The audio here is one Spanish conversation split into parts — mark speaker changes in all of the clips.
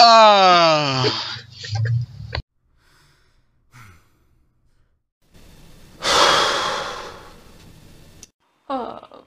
Speaker 1: Ah.
Speaker 2: Oh.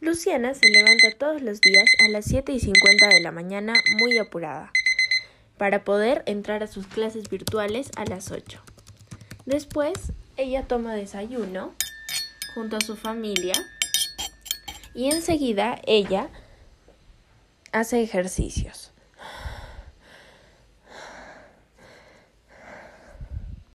Speaker 3: Luciana se levanta todos los días a las 7 y 50 de la mañana muy apurada para poder entrar a sus clases virtuales a las 8. Después, ella toma desayuno junto a su familia y enseguida ella hace ejercicios.